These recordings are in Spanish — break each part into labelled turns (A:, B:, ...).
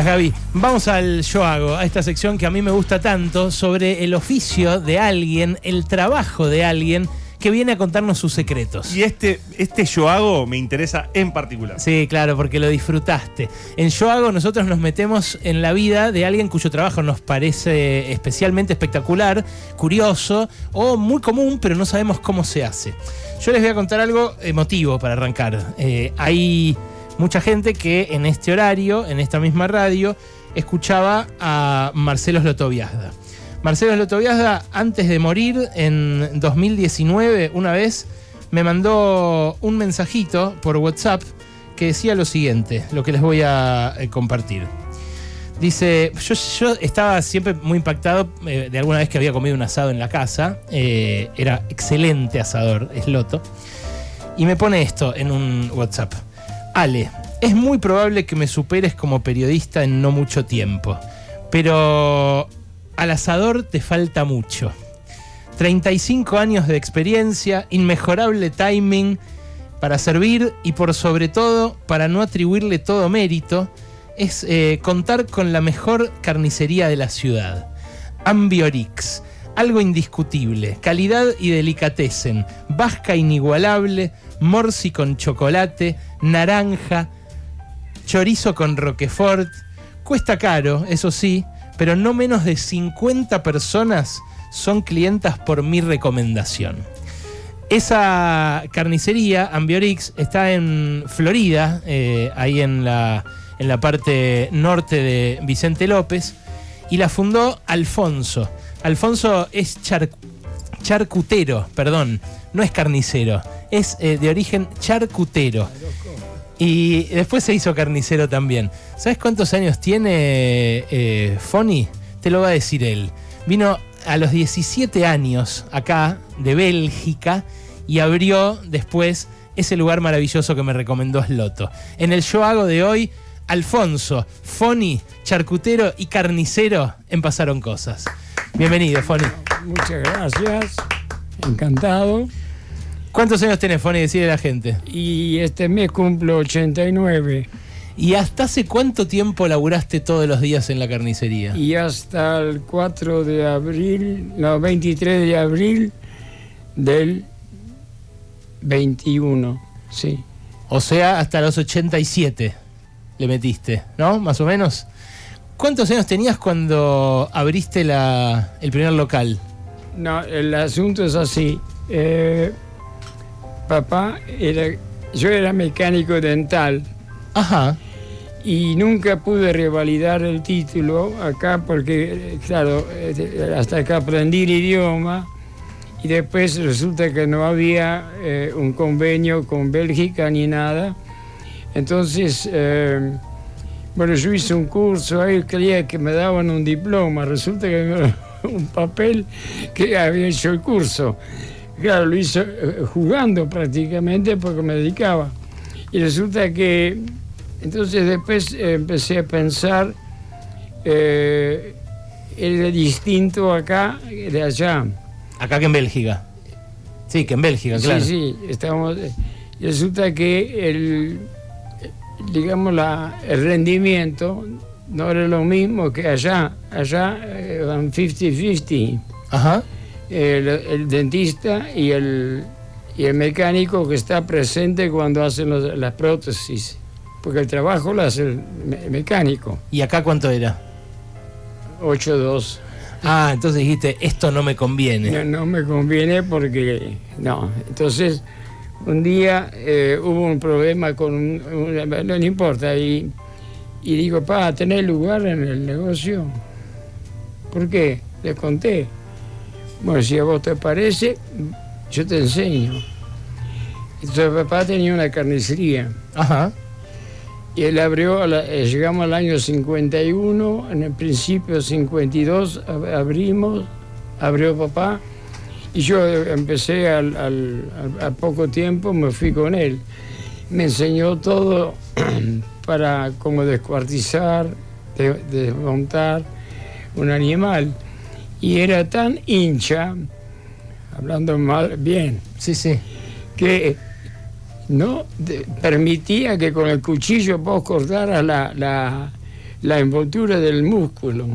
A: Javi, vamos al yo hago, a esta sección que a mí me gusta tanto sobre el oficio de alguien, el trabajo de alguien que viene a contarnos sus secretos.
B: Y este, este yo hago me interesa en particular.
A: Sí, claro, porque lo disfrutaste. En Yo Hago nosotros nos metemos en la vida de alguien cuyo trabajo nos parece especialmente espectacular, curioso o muy común, pero no sabemos cómo se hace. Yo les voy a contar algo emotivo para arrancar. Eh, hay mucha gente que en este horario, en esta misma radio, escuchaba a Marcelo Slotoviazda. Marcelo Slotoviazda, antes de morir, en 2019, una vez, me mandó un mensajito por WhatsApp que decía lo siguiente, lo que les voy a eh, compartir. Dice, yo, yo estaba siempre muy impactado eh, de alguna vez que había comido un asado en la casa. eh, era excelente asador, es Loto. Y me pone esto en un WhatsApp. Ale, es muy probable que me superes como periodista en no mucho tiempo, pero al asador te falta mucho. 35 años de experiencia, inmejorable timing para servir y por sobre todo para no atribuirle todo mérito, es eh, contar con la mejor carnicería de la ciudad. Ambiorix, algo indiscutible, calidad y delicatessen, vasca inigualable, morsi con chocolate, naranja, chorizo con roquefort. Cuesta caro, eso sí, pero no menos de 50 personas son clientas por mi recomendación. Esa carnicería, Ambiorix, está en Florida, eh, ahí en la, en la parte norte de Vicente López, y la fundó Alfonso. Alfonso es char- charcutero, perdón, no es carnicero, es eh, de origen charcutero. Y después se hizo carnicero también. ¿Sabes cuántos años tiene eh, Fony? Te lo va a decir él. Vino a los 17 años acá de Bélgica y abrió después ese lugar maravilloso que me recomendó Sloto. En el Yo Hago de hoy, Alfonso, Fony, charcutero y carnicero en Pasaron Cosas. Bienvenido, Fony.
C: Muchas gracias, encantado.
A: ¿Cuántos años tenés, Fony? Decirle a la gente.
C: Y este mes cumplo 89
A: ¿Y hasta hace cuánto tiempo laburaste todos los días en la carnicería?
C: y hasta el 4 de abril, no, 23 de abril del 21, sí.
A: O sea, hasta los 87 le metiste, ¿no? Más o menos. ¿Cuántos años tenías cuando abriste la, el primer local?
C: No, el asunto es así. eh, papá era, yo era mecánico dental
A: Ajá.
C: y nunca pude revalidar el título acá porque, eh, claro, eh, hasta que aprendí el idioma y después resulta que no había eh, un convenio con Bélgica ni nada. Entonces, eh, bueno, yo hice un curso ahí, creía que me daban un diploma, resulta que me daban un papel que había hecho el curso. Claro, lo hice eh, jugando prácticamente porque me dedicaba. Y resulta que, entonces después eh, empecé a pensar, eh, era distinto acá que de allá.
A: Acá que en Bélgica. Sí, que en Bélgica, Ah, claro.
C: Sí, sí, estamos. y Resulta que el, digamos, la, el rendimiento no era lo mismo que allá. Allá eh, eran 50-50.
A: Ajá.
C: El, el dentista y el, y el mecánico que está presente cuando hacen los- las prótesis. Porque el trabajo lo hace el me- mecánico.
A: ¿Y acá cuánto era?
C: 8-2.
A: Ah, entonces dijiste, esto no me
C: No,
A: conviene.
C: no me conviene porque no. Entonces, un día eh, hubo un problema con un, una- no, no importa. Y, y digo, pa, ¿tenés lugar en el negocio? ¿Por qué? Le conté. Bueno, si a vos te parece, yo te enseño. Entonces papá tenía una carnicería.
A: Ajá.
C: Y él abrió, a la- eh, llegamos al año 51, en el principio 52 ab- abrimos, abrió papá, y yo eh, empecé al, al- al- a poco tiempo, me fui con él. Me enseñó todo para cómo descuartizar, de- desmontar un animal. Y era tan hincha, hablando mal, bien,
A: Sí, sí.
C: que no te- permitía que con el cuchillo vos cortaras la, la, la envoltura del músculo.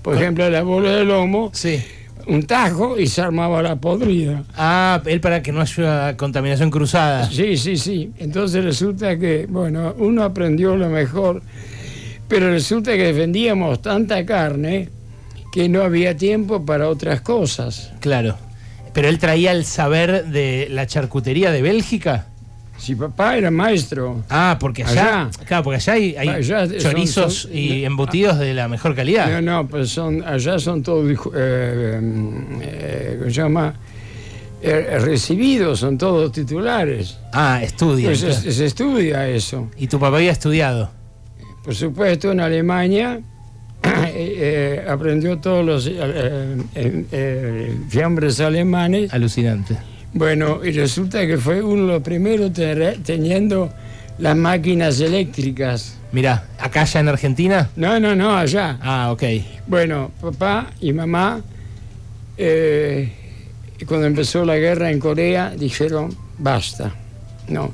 C: Por ejemplo, la bola del lomo,
A: Sí.
C: un tajo y se armaba la podrida.
A: Ah, él para que no haya contaminación cruzada.
C: Sí, sí, sí. Entonces resulta que, bueno, uno aprendió lo mejor, pero resulta que vendíamos tanta carne que no había tiempo para otras cosas.
A: Claro. Pero él traía el saber de la charcutería de Bélgica.
C: Si papá era maestro,
A: Ah, porque allá,
C: Allá.
A: claro, porque allá hay, hay
C: Allá son-
A: chorizos
C: son- ah.
A: y embutidos de la mejor calidad.
C: no, no, pues son, allá son todos, eh, eh, ¿cómo se llama? Eh, recibidos, son todos titulares.
A: Ah, estudia.
C: Pues
A: claro.
C: se- se estudia eso.
A: Y tu papá había estudiado.
C: Por supuesto, en Alemania eh, eh, aprendió todos los eh, eh, eh, fiambres alemanes.
A: Alucinante.
C: Bueno, y resulta que fue uno de los primeros tener- teniendo las máquinas eléctricas.
A: Mirá, acá ya en Argentina.
C: No, no, no, allá.
A: Ah, ok.
C: Bueno, papá y mamá, eh, cuando empezó la guerra en Corea, dijeron, basta, no,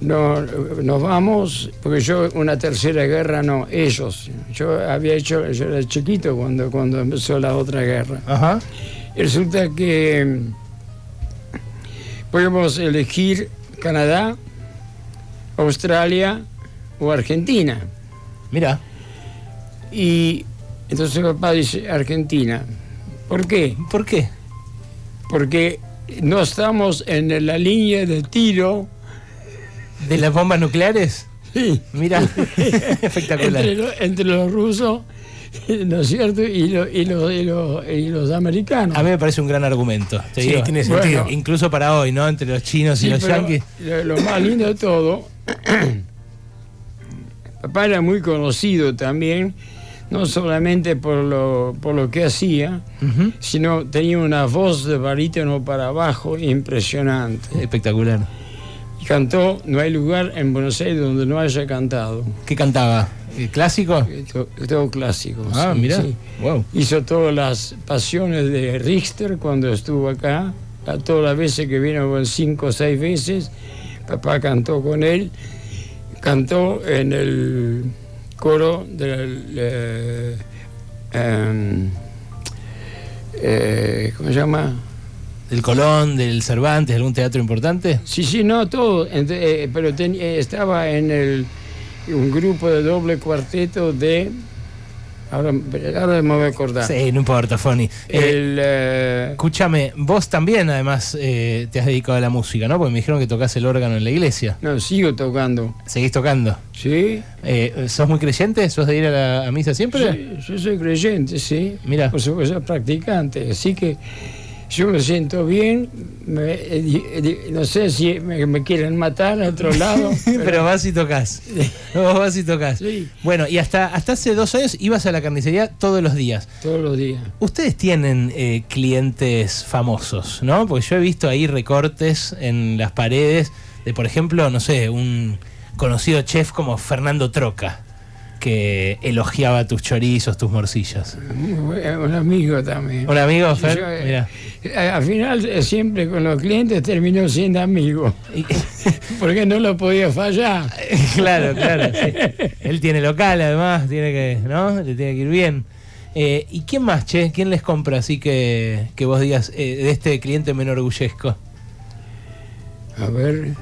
C: no, nos vamos, porque yo una tercera guerra no, ellos, yo había hecho, yo era chiquito cuando, cuando empezó la otra guerra.
A: Ajá.
C: Y Resulta que mm, podemos elegir Canadá, Australia o Argentina.
A: Mirá.
C: Y entonces papá dice Argentina. ¿Por qué?
A: ¿Por qué?
C: Porque no estamos en la línea de tiro
A: ¿De las bombas nucleares?
C: sí,
A: Mirá. Espectacular.
C: entre, lo- entre los rusos, ¿no es cierto? Y, lo- y los- y los- y los americanos.
A: A mí me parece un gran argumento. te
D: Sí,
A: digo.
D: tiene
C: Bueno.
D: sentido.
A: Incluso para hoy, ¿no? Entre los chinos y
C: Sí,
A: los
C: pero
A: yanquis.
C: Lo, lo más lindo de todo, papá era muy conocido también, no solamente por lo, por lo que hacía,
A: Ujú.
C: sino tenía una voz de barítono para abajo impresionante.
A: Espectacular.
C: Y cantó No hay lugar en Buenos Aires donde no haya cantado.
A: ¿Qué cantaba? ¿El clásico?
C: To- Todo clásico.
A: Ah,
C: sí,
A: mirá.
C: sí.
A: Wow.
C: Hizo todas las pasiones de Richter cuando estuvo acá. A todas las veces que vino, bueno, cinco o seis veces, papá cantó con él. Cantó en el coro del. eh, em, eh, ¿Cómo se llama?
A: ¿Del Colón, del Cervantes, algún teatro importante?
C: Sí, sí, no, todo. Ent- eh, pero ten- eh, estaba en el, un grupo de doble cuarteto de. Ahora, ahora me voy a acordar.
A: Sí, no importa, Fony. Eh,
C: El, Ah. eh,
A: escúchame, vos también además eh, te has dedicado a la música, ¿no? Porque me dijeron que tocas el órgano en la iglesia.
C: no, sigo tocando.
A: ¿Seguís tocando?
C: ¿Sí?
A: Eh, ¿Sos muy creyente? ¿Sos de ir a la a misa siempre?
C: Sí, yo soy creyente, sí.
A: Mira,
C: Por supuesto, practicante. Así que yo me siento bien. me- eh, di- eh, di- no sé si me, me quieren matar a otro lado.
A: pero vas y tocas. Vos vas y tocas.
C: Sí,
A: Bueno, y hasta, hasta hace dos años ibas a la carnicería todos los días.
C: todos los días.
A: Ustedes tienen eh, clientes famosos, ¿no? Porque yo he visto ahí recortes en las paredes de, por ejemplo, no sé, un conocido chef como Fernando Troca, que elogiaba tus chorizos, tus morcillas.
C: Muy buen- Un amigo también.
A: Un amigo, Fer,
C: Yo, eh,
A: mirá.
C: Eh, Al final, eh, siempre con los clientes terminó siendo amigo,
A: Y-
C: porque no lo podía fallar.
A: claro, claro. sí. Él tiene local, además, tiene que, ¿no? Le tiene que ir bien. Eh, ¿Y quién más, che? ¿Quién les compra así que, que vos digas, eh, de este cliente me enorgullezco?
C: A ver.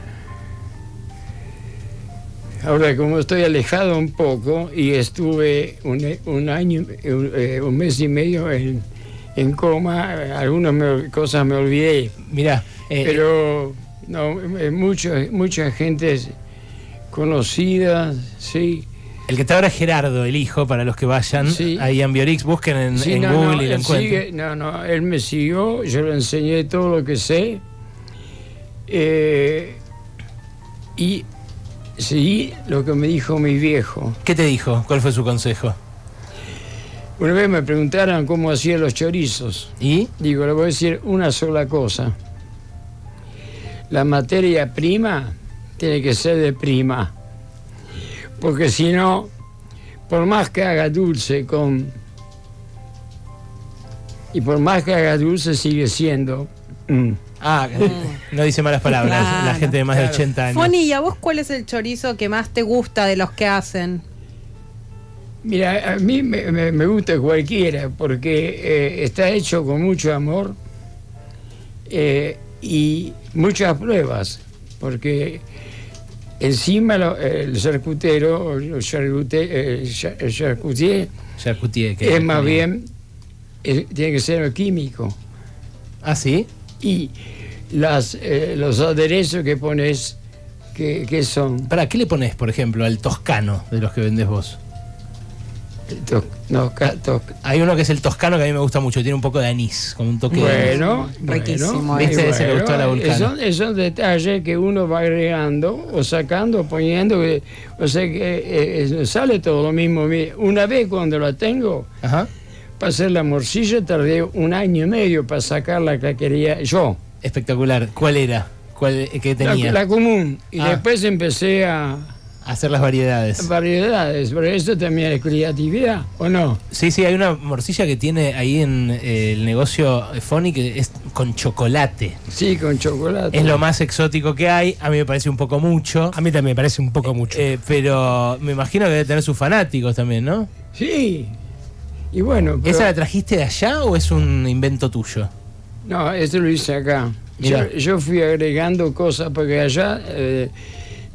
C: Ahora, como estoy alejado un poco y estuve un, e- un año, eh, un, eh, un mes y medio en, en coma, eh, algunas me- cosas me olvidé,
A: Mirá, eh,
C: pero no, eh, mucho- mucha gente conocida, sí.
A: El que está ahora es Gerardo, el hijo, para los que vayan
C: Sí.
A: ahí en Biorix, busquen en,
C: Sí,
A: en
C: no,
A: Google
C: no,
A: y lo
C: él
A: encuentren.
C: sigue- no, no, él me siguió, yo le enseñé todo lo que sé. eh, y seguí lo que me dijo mi viejo.
A: ¿Qué te dijo? ¿Cuál fue su consejo?
C: Una vez me preguntaron cómo hacía los chorizos.
A: ¿Y?
C: Digo, le voy a decir una sola cosa. La materia prima tiene que ser de prima. Porque si no, por más que haga dulce con... Y por más que haga dulce sigue siendo... mm.
A: Ah, no dice malas palabras la
D: Claro,
A: gente de más de
C: claro.
A: 80 años.
D: Foni, ¿y a vos cuál es el chorizo que más te gusta de los que hacen?
C: Mira, a mí me, me- me gusta cualquiera porque eh, está hecho con mucho amor eh, y muchas pruebas, porque encima lo- el charcutero, eh, o el charcute- el char- el charcutier,
A: Charcutier, que
C: es más bien, eh, tiene que ser químico.
A: Ah, sí.
C: Y las, eh, los aderezos que pones, que, que son
A: ¿Para qué le pones, por ejemplo, al toscano de los que vendés vos?
C: to- no, ca- to-
A: Hay uno que es el toscano que a mí me gusta mucho, tiene un poco de anís, como un toque de anís.
C: Bueno,
D: Riquísimo,
C: bueno,
D: ¿eh?
A: Viste, ese le gustó a la Vulcano.
C: Son, esos detalles que uno va agregando o sacando, poniendo, eh, o sea que eh, eh, sale todo lo mismo. Mi- Una vez cuando la tengo,
A: Ajá.
C: para hacer la morcilla tardé un año y medio para sacar la que quería yo,
A: Espectacular. ¿Cuál era? ¿Cuál, ¿Qué
C: la,
A: tenía?
C: la común. Y
A: Ah.
C: después empecé a
A: Hacer las variedades.
C: variedades, pero eso también es creatividad, ¿o no?
A: Sí, sí, hay una morcilla que tiene ahí en eh, el negocio Fony que es con chocolate.
C: Sí, con chocolate.
A: Es lo más exótico que hay. A mí me parece un poco mucho.
E: A mí también me parece un poco mucho.
A: Eh, pero me imagino que debe tener sus fanáticos también, ¿no?
C: Sí. Y bueno, pero-
A: ¿Esa la trajiste de allá o es un invento tuyo?
C: No, esto lo hice acá. Yo,
A: Mirá.
C: yo fui agregando cosas porque allá eh,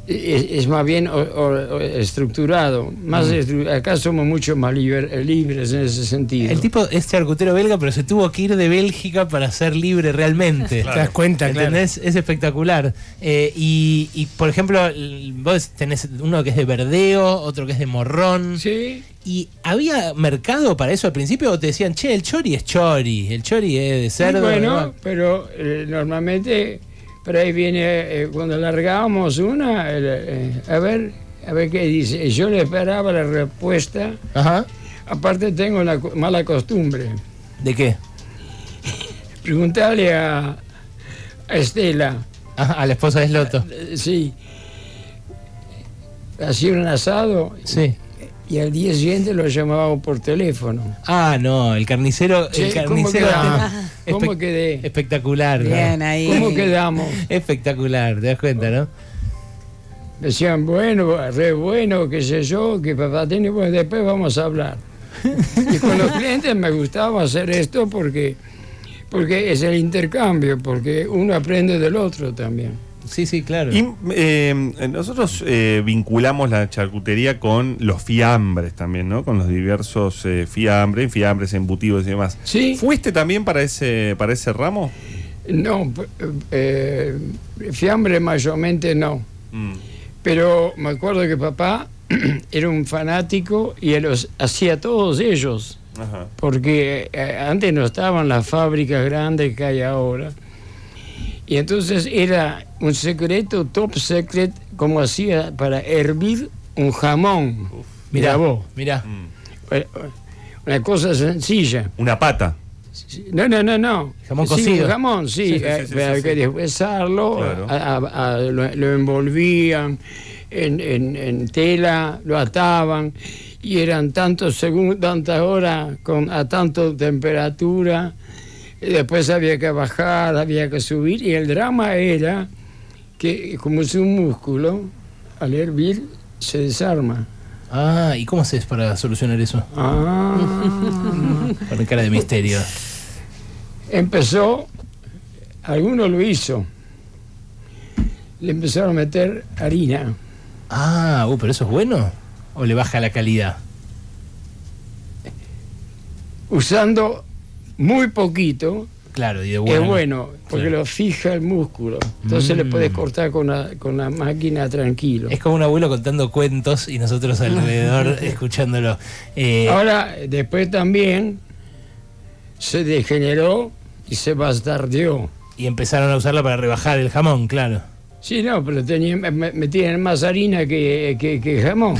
C: es, es más bien o- o- o estructurado. Más
A: Mm.
C: estru- acá somos mucho más liber- libres en ese sentido.
A: El tipo es charcutero belga, pero se tuvo que ir de Bélgica para ser libre realmente.
E: ¿Te das cuenta? Claro.
A: ¿Entendés? Es espectacular. Eh, y, y, por ejemplo, l- vos tenés uno que es de verdeo, otro que es de morrón.
C: Sí,
A: ¿Y había mercado para eso al principio o te decían, che, el chori es chori, el chori es de cerdo?
C: y bueno,
A: ¿no?
C: pero eh, normalmente por ahí viene, eh, cuando largábamos una, el, eh, a ver, a ver qué dice. Yo le esperaba la respuesta.
A: Ajá.
C: Aparte tengo la co- mala costumbre.
A: ¿De qué?
C: Preguntarle a- a Estela.
A: Ajá, Ah, a la esposa de Sloto.
C: Eh, Sí. Hacía un asado
A: Sí.
C: y al día siguiente lo llamaban por teléfono.
A: Ah, no, el carnicero. el
C: Che, ¿cómo
A: carnicero.
C: quedamos?
A: Espe-
C: ¿Cómo quedé?
A: Espectacular. ¿no?
D: Bien, ahí.
C: ¿Cómo quedamos?
A: Espectacular, te das cuenta, ¿no?
C: Decían, bueno, re bueno, qué sé yo, que papá tiene, bueno, después vamos a hablar. Y con los clientes me gustaba hacer esto porque, porque es el intercambio, porque uno aprende del otro también.
A: Sí, sí, claro.
B: Y eh, nosotros eh, vinculamos la charcutería con los fiambres también, ¿no? Con los diversos eh, fiambres, fiambres embutidos y demás.
C: Sí,
B: ¿Fuiste también para ese, para ese ramo?
C: no, eh, fiambre mayormente no.
B: Mm,
C: Pero me acuerdo que papá era un fanático y él los hacía todos ellos,
B: Ajá.
C: porque eh, antes no estaban las fábricas grandes que hay ahora. Y entonces era un secreto, top secret, como hacía para hervir un jamón. Mirá vos,
A: Mirá.
C: eh, una cosa sencilla.
B: mm. Una pata.
C: No, no, no, no.
A: Jamón
C: Sí,
A: cocido.
C: Jamón, sí.
B: Sí, sí, sí,
C: eh,
B: sí,
C: pero
B: sí,
C: que
B: sí.
C: deshuesarlo,
B: Claro.
C: a- a- a- lo, lo envolvían en, en- en tela, lo ataban y eran tantos segundos, tantas horas con, a tanta temperatura. Y después había que bajar, había que subir y el drama era que como es un músculo, al hervir se desarma.
A: Ah, ¿y cómo haces para solucionar eso?
C: Ah.
A: Con cara de misterio.
C: empezó, alguno lo hizo, le empezaron a meter harina.
A: Ah, uh, pero eso es bueno. ¿O le baja la calidad?
C: Usando muy poquito
A: Claro, y de bueno.
C: es bueno, porque
A: Claro.
C: lo fija el músculo. Entonces le
A: Mm.
C: puedes cortar con la, con la máquina tranquilo.
A: Es como un abuelo contando cuentos y nosotros alrededor escuchándolo. Eh,
C: Ahora, después también se degeneró y se bastardeó.
A: y empezaron a usarla para rebajar el jamón, claro.
C: Sí, no, pero tenía, me- me- metían más harina que, que- que jamón.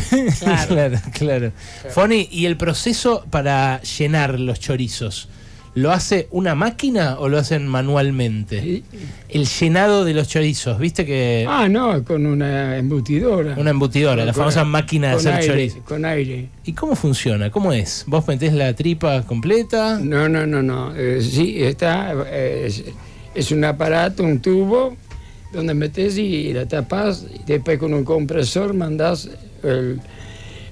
A: Claro, claro. Foni, ¿y el proceso para llenar los chorizos? ¿Lo hace una máquina o lo hacen manualmente?
C: Y-
A: El llenado de los chorizos, viste que
C: ah, no, con una embutidora.
A: una embutidora, la
C: Con-
A: famosa máquina de
C: con
A: hacer
C: aire,
A: chorizo.
C: Con aire.
A: ¿Y cómo funciona? ¿Cómo es? ¿Vos metés la tripa completa?
C: No, no, no, no. Eh, sí, está. eh, es, es un aparato, un tubo, donde metes y, la tapas. Y después con un compresor mandás el,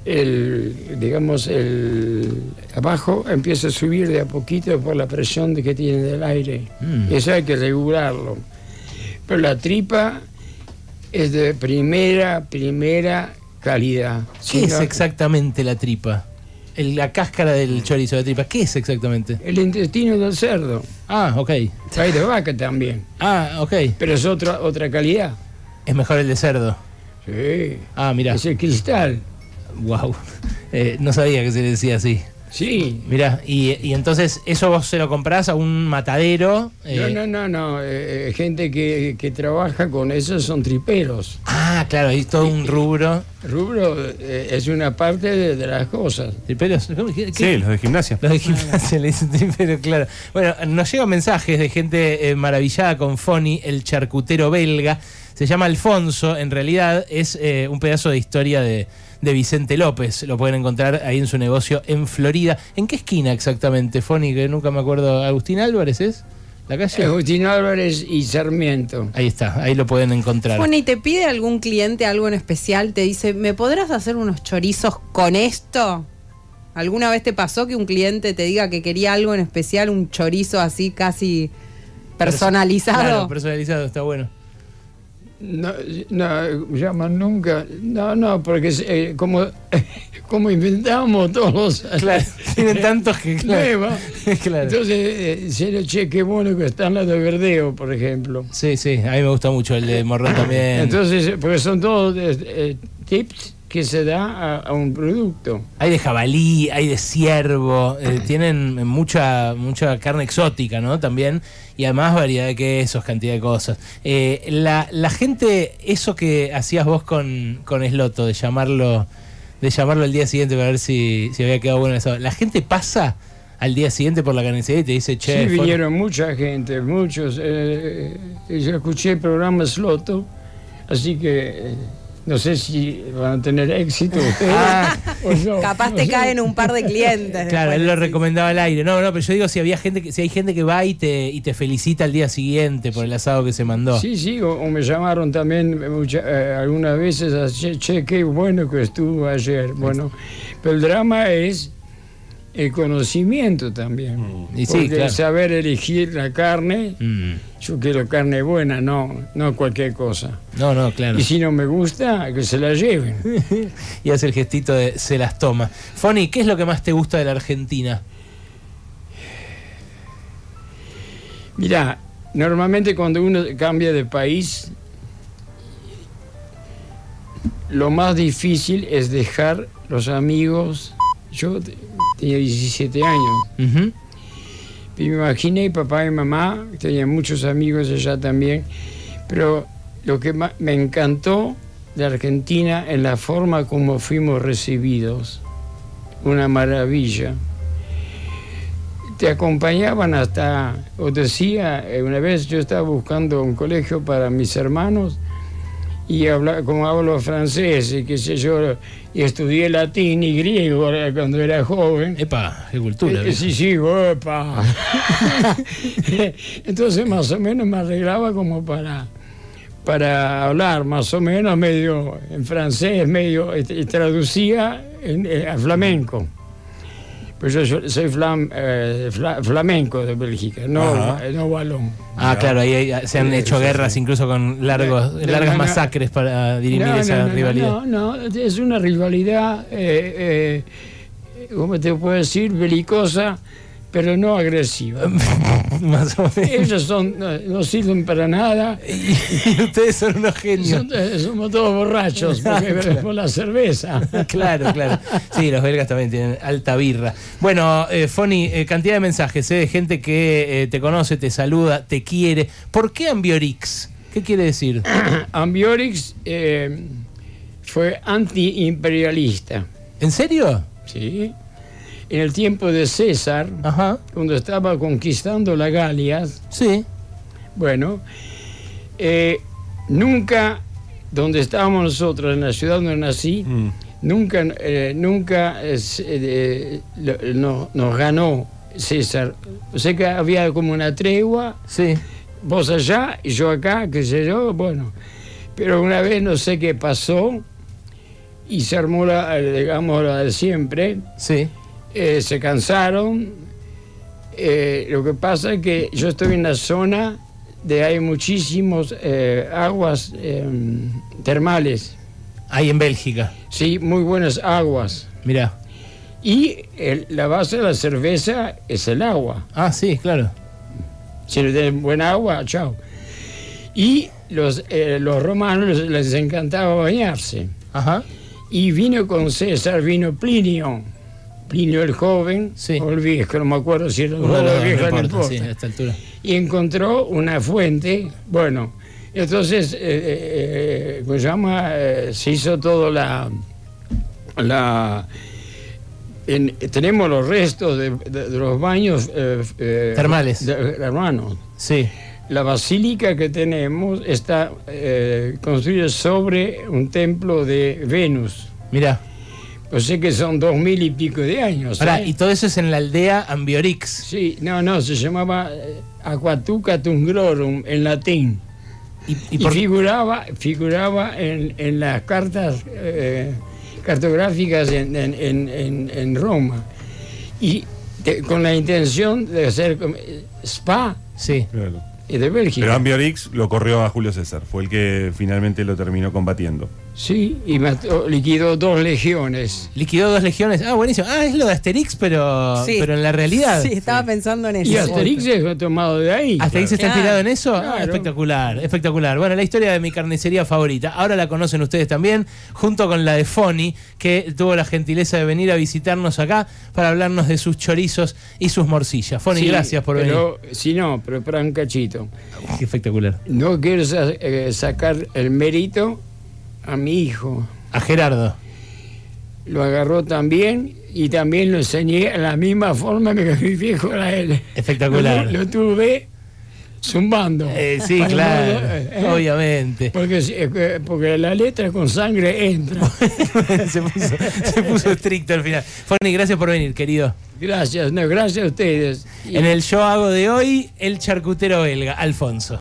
C: el, digamos, el abajo empieza a subir de a poquito por la presión de que tiene del aire.
A: Mm.
C: Eso hay que regularlo. Pero la tripa es de primera, primera calidad. Si
A: ¿Qué es
C: no-
A: exactamente la tripa? El- la cáscara
C: Mm.
A: del chorizo de tripa, ¿qué es exactamente?
C: El intestino del cerdo.
A: Ah, ok.
C: Hay de vaca también.
A: Ah, ok.
C: Pero es otra, otra calidad.
A: Es mejor el de cerdo.
C: Sí.
A: Ah, mirá.
C: Es el cristal.
A: Wow. Eh, no sabía que se le decía así.
C: Sí.
A: Mirá, y, y entonces eso vos se lo comprás a un matadero.
C: No,
A: eh,
C: no, no, no. eh, eh, gente que, que trabaja con eso son triperos.
A: Ah, claro, hay todo un rubro.
C: Rubro eh, es una parte de, de las cosas.
A: ¿Triperos? ¿Cómo? ¿Qué- qué?
B: Sí, los de gimnasia.
A: Los de gimnasia le dicen triperos, claro. Bueno, nos llegan mensajes de gente eh, maravillada con Foni, el charcutero belga. Se llama Alfonso, en realidad es eh, un pedazo de historia de, de Vicente López. Lo pueden encontrar ahí en su negocio en Florida. ¿En qué esquina exactamente, Foni? Que nunca me acuerdo. ¿Agustín Álvarez es? ¿La calle?
C: Agustín Álvarez y Sarmiento.
A: Ahí está, ahí lo pueden encontrar.
D: Bueno, y te pide algún cliente algo en especial, te dice, ¿me podrás hacer unos chorizos con esto? ¿Alguna vez te pasó que un cliente te diga que quería algo en especial, un chorizo así casi
A: Claro,
D: personalizado?
A: personalizado, está bueno.
C: No, no llaman nunca. No, no, porque eh, como, como inventamos todos los
A: Claro, tienen tantos que. Claro.
C: nuevos,
A: Claro.
C: Entonces, eh, se lo che, qué bueno que están las de verdeo, por ejemplo.
A: Sí, sí, a mí me gusta mucho el de Morrón también.
C: Entonces, eh, porque son todos eh, eh, tips que se da a, a un producto.
A: Hay de jabalí, hay de ciervo, eh, tienen mucha mucha carne exótica, ¿no? También, y además variedad de quesos, cantidad de cosas. Eh, la, la gente, eso que hacías vos con, con Sloto, de llamarlo de llamarlo al día siguiente para ver si, si había quedado bueno el asado, ¿la gente pasa al día siguiente por la carnicería y te dice, che,
C: sí,
A: fue-
C: vinieron mucha gente, muchos. eh, eh, yo escuché el programa Sloto, así que eh, no sé si van a tener éxito ustedes.
A: Ah.
C: o no.
D: Capaz
C: No
D: te
C: sé.
D: caen un par de clientes.
A: Claro,
D: después
A: él lo
D: decís.
A: recomendaba al aire. No, no, pero yo digo si había gente que, si hay gente que va y te, y te felicita al día siguiente por el asado que se mandó.
C: Sí, sí, o, o me llamaron también mucha- eh, algunas veces, a, che, che, qué bueno que estuvo ayer. Bueno, pero el drama es el conocimiento también.
A: Y sí,
C: Porque
A: claro.
C: saber elegir la carne,
A: Mm.
C: yo quiero carne buena, no, no cualquier cosa.
A: No, no, claro.
C: Y si no me gusta, que se la lleven.
A: y hace el gestito de se las toma. Foni, ¿qué es lo que más te gusta de la Argentina?
C: Mirá, normalmente cuando uno cambia de país, lo más difícil es dejar los amigos. Yo te- tenía 17 años
A: Ujú.
C: y me imaginé papá y mamá, tenía muchos amigos allá también, pero lo que ma- me encantó de Argentina en la forma como fuimos recibidos, una maravilla. Te acompañaban hasta, os decía, eh, una vez yo estaba buscando un colegio para mis hermanos y habla, como hablo francés y qué sé yo, y estudié latín y griego eh, cuando era joven.
A: Epa, qué cultura.
C: Eh,
A: viejo.
C: sí, sí, opa. Entonces más o menos me arreglaba como para, para hablar, más o menos medio en francés, medio, este, y, y traducía en- eh, a flamenco. Pues yo, yo soy flam- eh, fla- flamenco de Bélgica, no,
B: Ajá.
C: eh, no balón.
A: Ah, claro, ahí, ahí se han
C: Eh,
A: hecho
C: sí,
A: guerras incluso con largos,
C: No, no,
A: largas
C: no.
A: masacres para dirimir
C: No,
A: esa
C: no, no,
A: rivalidad.
C: No, no, es una rivalidad, eh, eh, ¿cómo te puedo decir? Belicosa, pero no agresiva.
A: Más o menos.
C: Ellos son, no, no sirven para nada.
A: Y ustedes son unos genios.
C: Son- eh, somos todos borrachos porque por la cerveza.
A: Claro, claro. Sí, los belgas también tienen alta birra. Bueno, eh, Foni, eh, cantidad de mensajes, eh, de gente que eh, te conoce, te saluda, te quiere. ¿Por qué Ambiorix? ¿Qué quiere decir?
C: Ambiorix eh, fue antiimperialista.
A: ¿En serio?
C: ¿sí? En el tiempo de César,
A: Ajá.
C: cuando estaba conquistando la Galia,
A: Sí.
C: bueno, eh, nunca donde estábamos nosotros, en la ciudad donde nací,
B: Mm.
C: Nunca, eh, nunca eh, se- eh, lo- no- nos ganó César. Sé que había como una tregua,
A: Sí.
C: vos allá y yo acá, qué sé yo, bueno. Pero una vez no sé qué pasó y se armó la, eh, digamos, la de siempre.
A: Sí.
C: Eh, se cansaron. Eh, lo que pasa es que yo estoy en la zona de hay muchísimos eh, aguas eh, termales.
A: Ahí en Bélgica.
C: Sí, muy buenas aguas.
A: Mirá.
C: Y el- la base de la cerveza es el agua.
A: Ah, sí, claro.
C: Si no tienen buen agua, chao. Y los, eh, los romanos les, les encantaba bañarse.
A: Ajá.
C: Y vino con César, vino Plinio. Plinio el joven,
A: Sí.
C: o el viejo, no me acuerdo si era el
A: Uno de
C: joven o
A: los dos,
C: el
A: no
C: viejo, no
A: importa, sí,
C: importa.
A: a esta altura.
C: Y encontró una fuente, bueno, entonces, eh, eh, eh, ¿cómo se llama? Eh, se hizo todo la... la en- tenemos los restos de, de- de los baños eh, eh,
A: Termales.
C: de- hermanos.
A: Sí.
C: La basílica que tenemos está eh, construida sobre un templo de Venus.
A: Mirá.
C: O sea que son dos mil y pico de años.
A: Pará,
C: ¿eh?
A: y todo eso es en la aldea Ambiorix.
C: Sí, no, no, se llamaba eh, Aquatuca Tungrorum en latín.
A: Y,
C: Y,
A: y por-
C: figuraba, figuraba en, en las cartas eh, cartográficas en, en- en- en- en Roma. Y te- con la intención de hacer como, eh, spa
A: Sí.
B: Claro.
C: eh, de Bélgica.
B: Pero Ambiorix lo corrió a Julio César, fue el que finalmente lo terminó combatiendo.
C: Sí, y mató- liquidó dos legiones.
A: Liquidó dos legiones. Ah, buenísimo. Ah, es lo de Asterix, pero,
D: Sí.
A: pero en la realidad.
D: Sí, estaba pensando en eso.
C: Y Asterix se fue tomado de ahí.
A: ¿Hasta ahí se está
D: Claro.
A: inspirado en eso? Ah,
C: Claro.
A: espectacular, espectacular. Bueno, la historia de mi carnicería favorita. Ahora la conocen ustedes también, junto con la de Foni, que tuvo la gentileza de venir a visitarnos acá para hablarnos de sus chorizos y sus morcillas. Foni,
C: Sí,
A: gracias por
C: pero, Si no, pero para un cachito.
A: venir. Qué espectacular.
C: No quiero sa- eh, sacar el mérito a mi hijo.
A: A Gerardo.
C: Lo agarró también y también lo enseñé en la misma forma que mi viejo era él.
A: Espectacular.
C: Lo, lo tuve zumbando.
A: Eh, sí, claro.
C: eh,
A: Obviamente.
C: Porque, eh, porque la letra con sangre entra.
A: se, puso, se puso estricto al final. Foni, gracias por venir, querido.
C: Gracias, no, gracias a ustedes. Y-
A: En el Yo Hago de hoy, el charcutero belga, Alfonso.